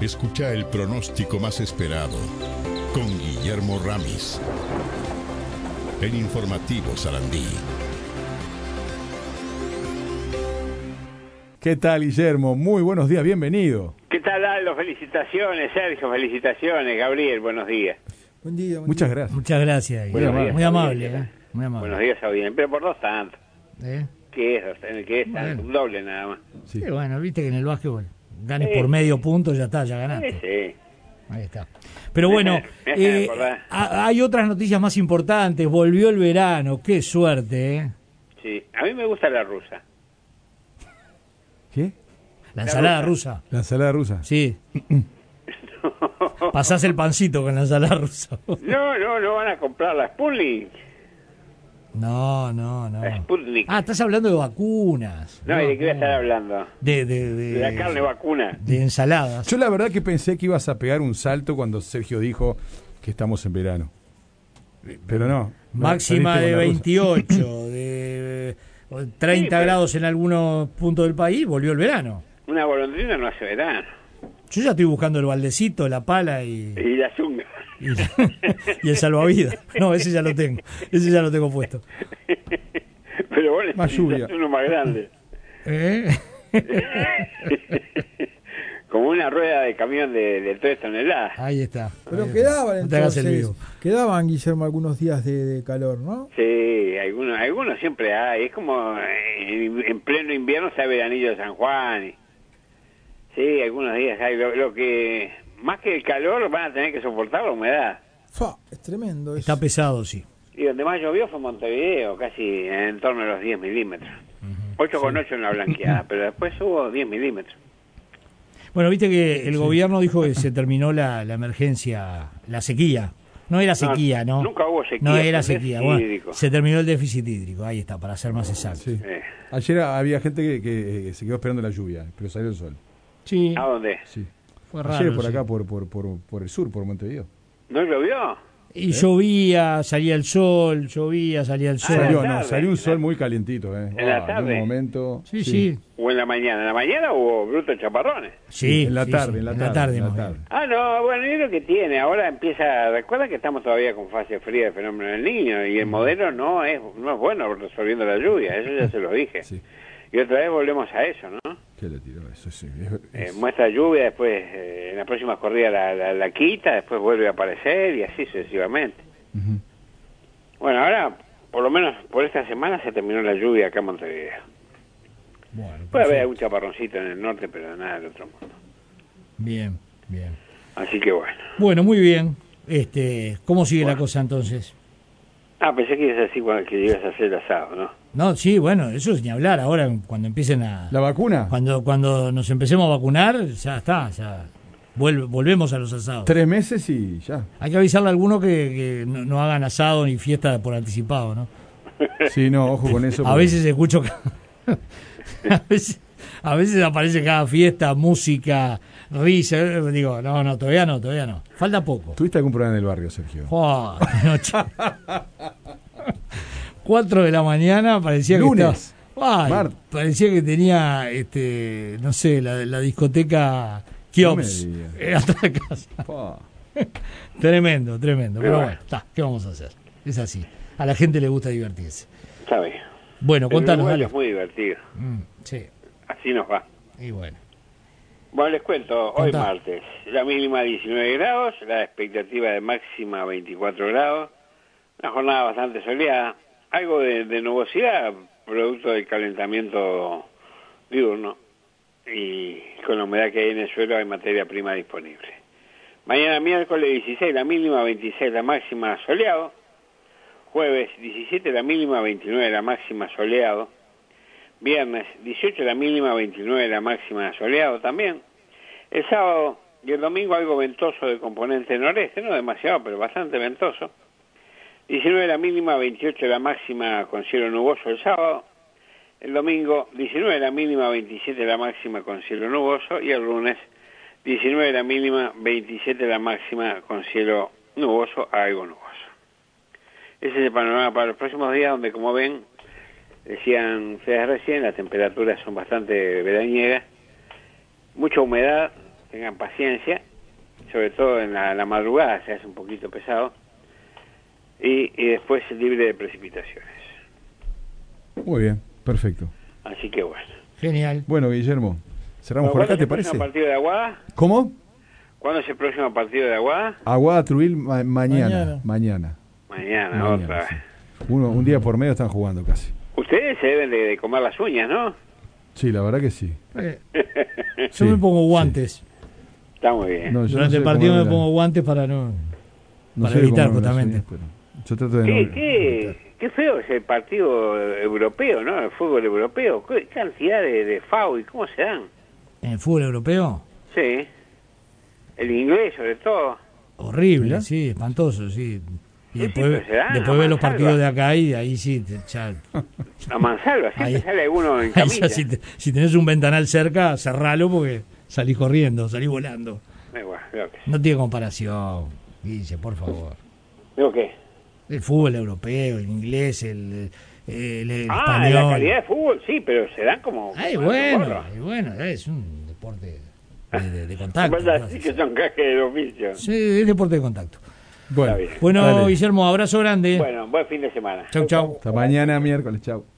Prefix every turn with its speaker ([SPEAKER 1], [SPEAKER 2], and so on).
[SPEAKER 1] escucha el pronóstico más esperado con Guillermo Ramis en Informativo Sarandí.
[SPEAKER 2] ¿Qué tal, Guillermo? Muy buenos días, bienvenido.
[SPEAKER 3] ¿Qué tal, Aldo? Felicitaciones, Sergio, felicitaciones. Gabriel, buenos días.
[SPEAKER 2] Buen día, Muchas gracias.
[SPEAKER 4] Muchas gracias.
[SPEAKER 3] Buenos
[SPEAKER 4] Muy,
[SPEAKER 3] días,
[SPEAKER 4] muy amable.
[SPEAKER 3] audiencia.
[SPEAKER 4] eh, Muy amable.
[SPEAKER 3] Buenos días, audiencia. Pero por dos tantos.
[SPEAKER 4] Eh,
[SPEAKER 3] ¿Qué es? En el que es tanto, un doble nada más.
[SPEAKER 2] Sí.
[SPEAKER 4] y bueno, viste que en el básquetbol ganes
[SPEAKER 3] Sí.
[SPEAKER 4] por medio punto, ya está, ya
[SPEAKER 3] Sí,
[SPEAKER 4] ganaste.
[SPEAKER 3] sí.
[SPEAKER 4] Ahí está. Pero bueno,
[SPEAKER 3] Me hacen
[SPEAKER 4] eh,
[SPEAKER 3] acordar.
[SPEAKER 4] ha- hay otras noticias más importantes. Volvió el verano, qué suerte, ¿eh?
[SPEAKER 3] sí. A mí me gusta la rusa.
[SPEAKER 2] ¿Qué?
[SPEAKER 4] La ensalada rusa.
[SPEAKER 2] La ensalada rusa.
[SPEAKER 4] Sí. Pasás el pancito con la ensalada rusa.
[SPEAKER 3] No, no, no van a comprar la Sputnik.
[SPEAKER 4] No, no, no.
[SPEAKER 3] La Sputnik.
[SPEAKER 4] Ah, estás hablando de vacunas.
[SPEAKER 3] No, ¿y de qué voy a estar hablando?
[SPEAKER 4] De, de, de-
[SPEAKER 3] De la carne vacuna.
[SPEAKER 4] de ensaladas.
[SPEAKER 2] Yo la verdad que pensé que ibas a pegar un salto cuando Sergio dijo que estamos en verano. Eh, Pero no. no,
[SPEAKER 4] Máxima
[SPEAKER 2] saliste
[SPEAKER 4] de
[SPEAKER 2] con la rusa.
[SPEAKER 4] 28, de o 30
[SPEAKER 3] pero-
[SPEAKER 4] grados en algunos puntos del país, volvió el verano.
[SPEAKER 3] Una golondrina no hace verano.
[SPEAKER 4] Yo ya estoy buscando el baldecito, la pala y,
[SPEAKER 3] Y la zunga.
[SPEAKER 4] y, y el salvavidas. No, ese ya lo tengo, ese ya lo tengo puesto.
[SPEAKER 3] Pero vos
[SPEAKER 2] Más
[SPEAKER 3] necesitas
[SPEAKER 2] lluvia.
[SPEAKER 3] uno más grande.
[SPEAKER 4] ¿Eh?
[SPEAKER 3] Como una rueda de camión de, de tres toneladas.
[SPEAKER 4] Ahí está.
[SPEAKER 5] Pero
[SPEAKER 4] ahí está.
[SPEAKER 5] quedaban
[SPEAKER 4] No te hagas el
[SPEAKER 5] entonces,
[SPEAKER 4] vivo.
[SPEAKER 5] quedaban Guillermo algunos días de, de calor, ¿no?
[SPEAKER 3] Sí, algunos, algunos siempre hay. Es como eh, en, en pleno invierno se ve el anillo de San Juan. y- sí, algunos días hay. Lo, lo que más que el calor van a tener que soportar la humedad.
[SPEAKER 5] Fa, es tremendo eso.
[SPEAKER 4] Está pesado, sí.
[SPEAKER 3] Y donde más llovió fue Montevideo, casi en torno a los 10 milímetros. 8,8 en la blanqueada, pero después hubo 10 milímetros.
[SPEAKER 4] Bueno, viste que el gobierno dijo que se terminó la, la emergencia, la sequía. No era sequía, ¿no?
[SPEAKER 3] nunca hubo sequía,
[SPEAKER 4] No era
[SPEAKER 3] fue
[SPEAKER 4] sequía.
[SPEAKER 3] déficit
[SPEAKER 4] bueno,
[SPEAKER 3] hídrico.
[SPEAKER 4] se terminó el déficit hídrico, ahí está, para ser más exacto.
[SPEAKER 2] Sí.
[SPEAKER 3] Eh,
[SPEAKER 2] Ayer había gente que, que, eh, se quedó esperando la lluvia, pero salió el sol.
[SPEAKER 4] Sí,
[SPEAKER 3] ¿A dónde?
[SPEAKER 2] Sí.
[SPEAKER 4] fue
[SPEAKER 2] Ayer por
[SPEAKER 4] sí.
[SPEAKER 2] acá, por, por, por, por el sur, por Montevideo.
[SPEAKER 3] ¿No llovió?
[SPEAKER 2] ¿Eh?
[SPEAKER 4] Y llovía, salía el sol, llovía, salía el sol.
[SPEAKER 2] Ah, Salió,
[SPEAKER 3] Ah, la
[SPEAKER 2] no,
[SPEAKER 3] tarde.
[SPEAKER 2] salió un sol muy calientito, ¿eh?
[SPEAKER 3] En la
[SPEAKER 2] Ah, En
[SPEAKER 3] tarde.
[SPEAKER 2] un momento.
[SPEAKER 4] sí, sí.
[SPEAKER 3] ¿O en la mañana? ¿En la mañana hubo brutos chaparrones?
[SPEAKER 4] Sí,
[SPEAKER 2] en la
[SPEAKER 4] sí,
[SPEAKER 2] tarde,
[SPEAKER 4] sí,
[SPEAKER 2] en la tarde. en la
[SPEAKER 4] más bien.
[SPEAKER 2] tarde.
[SPEAKER 3] Ah, no, bueno, es lo que tiene. Ahora empieza. Recuerda que estamos todavía con fase fría del fenómeno del niño y el modelo no es, no es bueno resolviendo la lluvia, eso ya se lo dije.
[SPEAKER 2] Sí.
[SPEAKER 3] Y otra vez volvemos a eso, ¿no?
[SPEAKER 2] ¿Qué le tiró eso? Sí,
[SPEAKER 3] Eh,
[SPEAKER 2] es-
[SPEAKER 3] muestra lluvia, después eh, en la próxima corrida la, la- la quita, después vuelve a aparecer y así sucesivamente.
[SPEAKER 2] Ujú.
[SPEAKER 3] Bueno, ahora, por lo menos por esta semana se terminó la lluvia acá en Montevideo.
[SPEAKER 4] Bueno,
[SPEAKER 3] Puede haber
[SPEAKER 4] perfecto.
[SPEAKER 3] algún chaparroncito en el norte, pero nada del otro mundo.
[SPEAKER 4] Bien, bien.
[SPEAKER 3] Así que bueno.
[SPEAKER 4] Bueno, muy bien. Este, ¿Cómo sigue la
[SPEAKER 3] Bueno.
[SPEAKER 4] cosa entonces?
[SPEAKER 3] Ah, pensé que ibas así cuando que ibas a hacer el asado, ¿no?
[SPEAKER 4] No, sí, bueno, eso es ni hablar ahora cuando empiecen a...
[SPEAKER 2] ¿La vacuna?
[SPEAKER 4] Cuando, cuando nos empecemos a vacunar, ya está, ya vuelve- volvemos a los asados.
[SPEAKER 2] Tres meses y ya.
[SPEAKER 4] Hay que avisarle a alguno que, que no, no hagan asado ni fiesta por anticipado, ¿no?
[SPEAKER 2] Sí, no, ojo con eso.
[SPEAKER 4] A
[SPEAKER 2] porque-
[SPEAKER 4] veces escucho. ca- a, veces, a veces aparece cada fiesta, música, risa. eh, Digo, no, no, todavía no, todavía no. Falta poco.
[SPEAKER 2] ¿Tuviste algún problema en el barrio, Sergio?
[SPEAKER 4] Fua, noche. Cuatro de la mañana parecía que.
[SPEAKER 2] Lunes.
[SPEAKER 4] estaba- Ay,
[SPEAKER 2] Mar-
[SPEAKER 4] parecía que tenía, este, no sé, la, la discoteca Kiops.
[SPEAKER 2] No me digas.
[SPEAKER 4] eh, atrás de casa.
[SPEAKER 2] Pa.
[SPEAKER 4] Tremendo, tremendo. Pero
[SPEAKER 3] bueno.
[SPEAKER 4] bueno, está, ¿qué vamos a hacer? Es así. A la gente le gusta divertirse.
[SPEAKER 3] Está bien.
[SPEAKER 4] Bueno,
[SPEAKER 3] El
[SPEAKER 4] contanos,
[SPEAKER 3] Uruguay
[SPEAKER 4] dale.
[SPEAKER 3] es muy divertido.
[SPEAKER 4] Mm, sí,
[SPEAKER 3] Así nos va.
[SPEAKER 4] y bueno.
[SPEAKER 3] Bueno, les cuento, hoy
[SPEAKER 4] Contá.
[SPEAKER 3] martes, la mínima 19 grados, la expectativa de máxima 24 grados, una jornada bastante soleada, algo de, de nubosidad, producto del calentamiento diurno, y con la humedad que hay en el suelo hay materia prima disponible. Mañana miércoles 16, la mínima 26, la máxima soleado, jueves 17, la mínima 29, la máxima soleado, Viernes 18 la mínima, 29 la máxima, soleado también. El sábado y el domingo algo ventoso de componente noreste, no demasiado, pero bastante ventoso. 19 la mínima, 28 la máxima con cielo nuboso el sábado. El domingo 19 la mínima, 27 la máxima con cielo nuboso. Y el lunes 19 la mínima, 27 la máxima con cielo nuboso a algo nuboso. Ese es el panorama para los próximos días donde como ven decían ustedes recién, las temperaturas son bastante veraniegas, mucha humedad, tengan paciencia, sobre todo en la, la madrugada se hace un poquito pesado, y, y después libre de precipitaciones.
[SPEAKER 2] Muy bien, perfecto.
[SPEAKER 3] Así que bueno.
[SPEAKER 4] Genial.
[SPEAKER 2] Bueno, Guillermo, cerramos por
[SPEAKER 3] Bueno, ¿cuándo
[SPEAKER 2] acá,
[SPEAKER 3] es
[SPEAKER 2] ¿te
[SPEAKER 3] el
[SPEAKER 2] parece?
[SPEAKER 3] próximo partido de Aguada?
[SPEAKER 2] ¿Cómo?
[SPEAKER 3] ¿Cuándo es el próximo partido de Aguada?
[SPEAKER 2] Aguada Truil ma- mañana,
[SPEAKER 5] Mañana.
[SPEAKER 2] mañana.
[SPEAKER 3] Mañana,
[SPEAKER 2] Mañana,
[SPEAKER 3] Ah, otra vez.
[SPEAKER 2] sí. Uno, un día por medio están jugando casi.
[SPEAKER 3] Ustedes se deben de, de comer las uñas, ¿no?
[SPEAKER 2] Sí, la verdad que sí.
[SPEAKER 4] Eh,
[SPEAKER 2] Sí,
[SPEAKER 4] yo me pongo guantes.
[SPEAKER 3] Está muy bien.
[SPEAKER 2] No, yo no
[SPEAKER 4] Durante
[SPEAKER 2] sé
[SPEAKER 4] el partido
[SPEAKER 2] cómo
[SPEAKER 4] me
[SPEAKER 2] era-
[SPEAKER 4] pongo guantes para no.
[SPEAKER 2] no
[SPEAKER 4] para
[SPEAKER 2] sé cómo
[SPEAKER 4] evitar,
[SPEAKER 2] eran las
[SPEAKER 4] justamente.
[SPEAKER 2] uñas, pero Yo trato de
[SPEAKER 3] ¿Qué,
[SPEAKER 2] no-
[SPEAKER 3] qué, qué feo es el partido europeo, ¿no? El fútbol europeo. Qué cantidad de, de FAU y cómo se dan.
[SPEAKER 4] En el fútbol europeo,
[SPEAKER 3] Sí. El inglés, sobre todo.
[SPEAKER 4] horrible,
[SPEAKER 2] Mirá.
[SPEAKER 4] sí, espantoso, sí. Y
[SPEAKER 3] Sí,
[SPEAKER 4] después,
[SPEAKER 3] pero se dan
[SPEAKER 4] después
[SPEAKER 3] a
[SPEAKER 4] ves los
[SPEAKER 3] mansalva.
[SPEAKER 4] partidos de acá y de ahí sí, te- ya,
[SPEAKER 3] A mansalva, siempre
[SPEAKER 4] Ahí.
[SPEAKER 3] sale alguno en
[SPEAKER 4] ahí
[SPEAKER 3] camilla.
[SPEAKER 4] ya si, te- si tenés un ventanal cerca, cerralo porque salís corriendo, salís volando.
[SPEAKER 3] Da igual, creo que sí.
[SPEAKER 4] No tiene comparación, Guille, por favor.
[SPEAKER 3] Digo, ¿qué?
[SPEAKER 4] El fútbol europeo, el inglés, el, el- el
[SPEAKER 3] Ah,
[SPEAKER 4] español.
[SPEAKER 3] la calidad de fútbol, sí, pero se dan como...
[SPEAKER 4] Ay,
[SPEAKER 3] como
[SPEAKER 4] bueno,
[SPEAKER 3] porro.
[SPEAKER 4] y bueno, es un deporte de, de- de
[SPEAKER 3] En
[SPEAKER 4] contacto.
[SPEAKER 3] verdad,
[SPEAKER 4] ¿no?
[SPEAKER 3] sí que son cajes del oficio.
[SPEAKER 4] Sí, es deporte de contacto.
[SPEAKER 2] Bueno,
[SPEAKER 3] Está bien.
[SPEAKER 4] Bueno,
[SPEAKER 2] Dale.
[SPEAKER 4] Guillermo, abrazo grande.
[SPEAKER 3] Bueno, buen fin de semana.
[SPEAKER 4] Chau, chau.
[SPEAKER 2] hasta mañana miércoles, chao.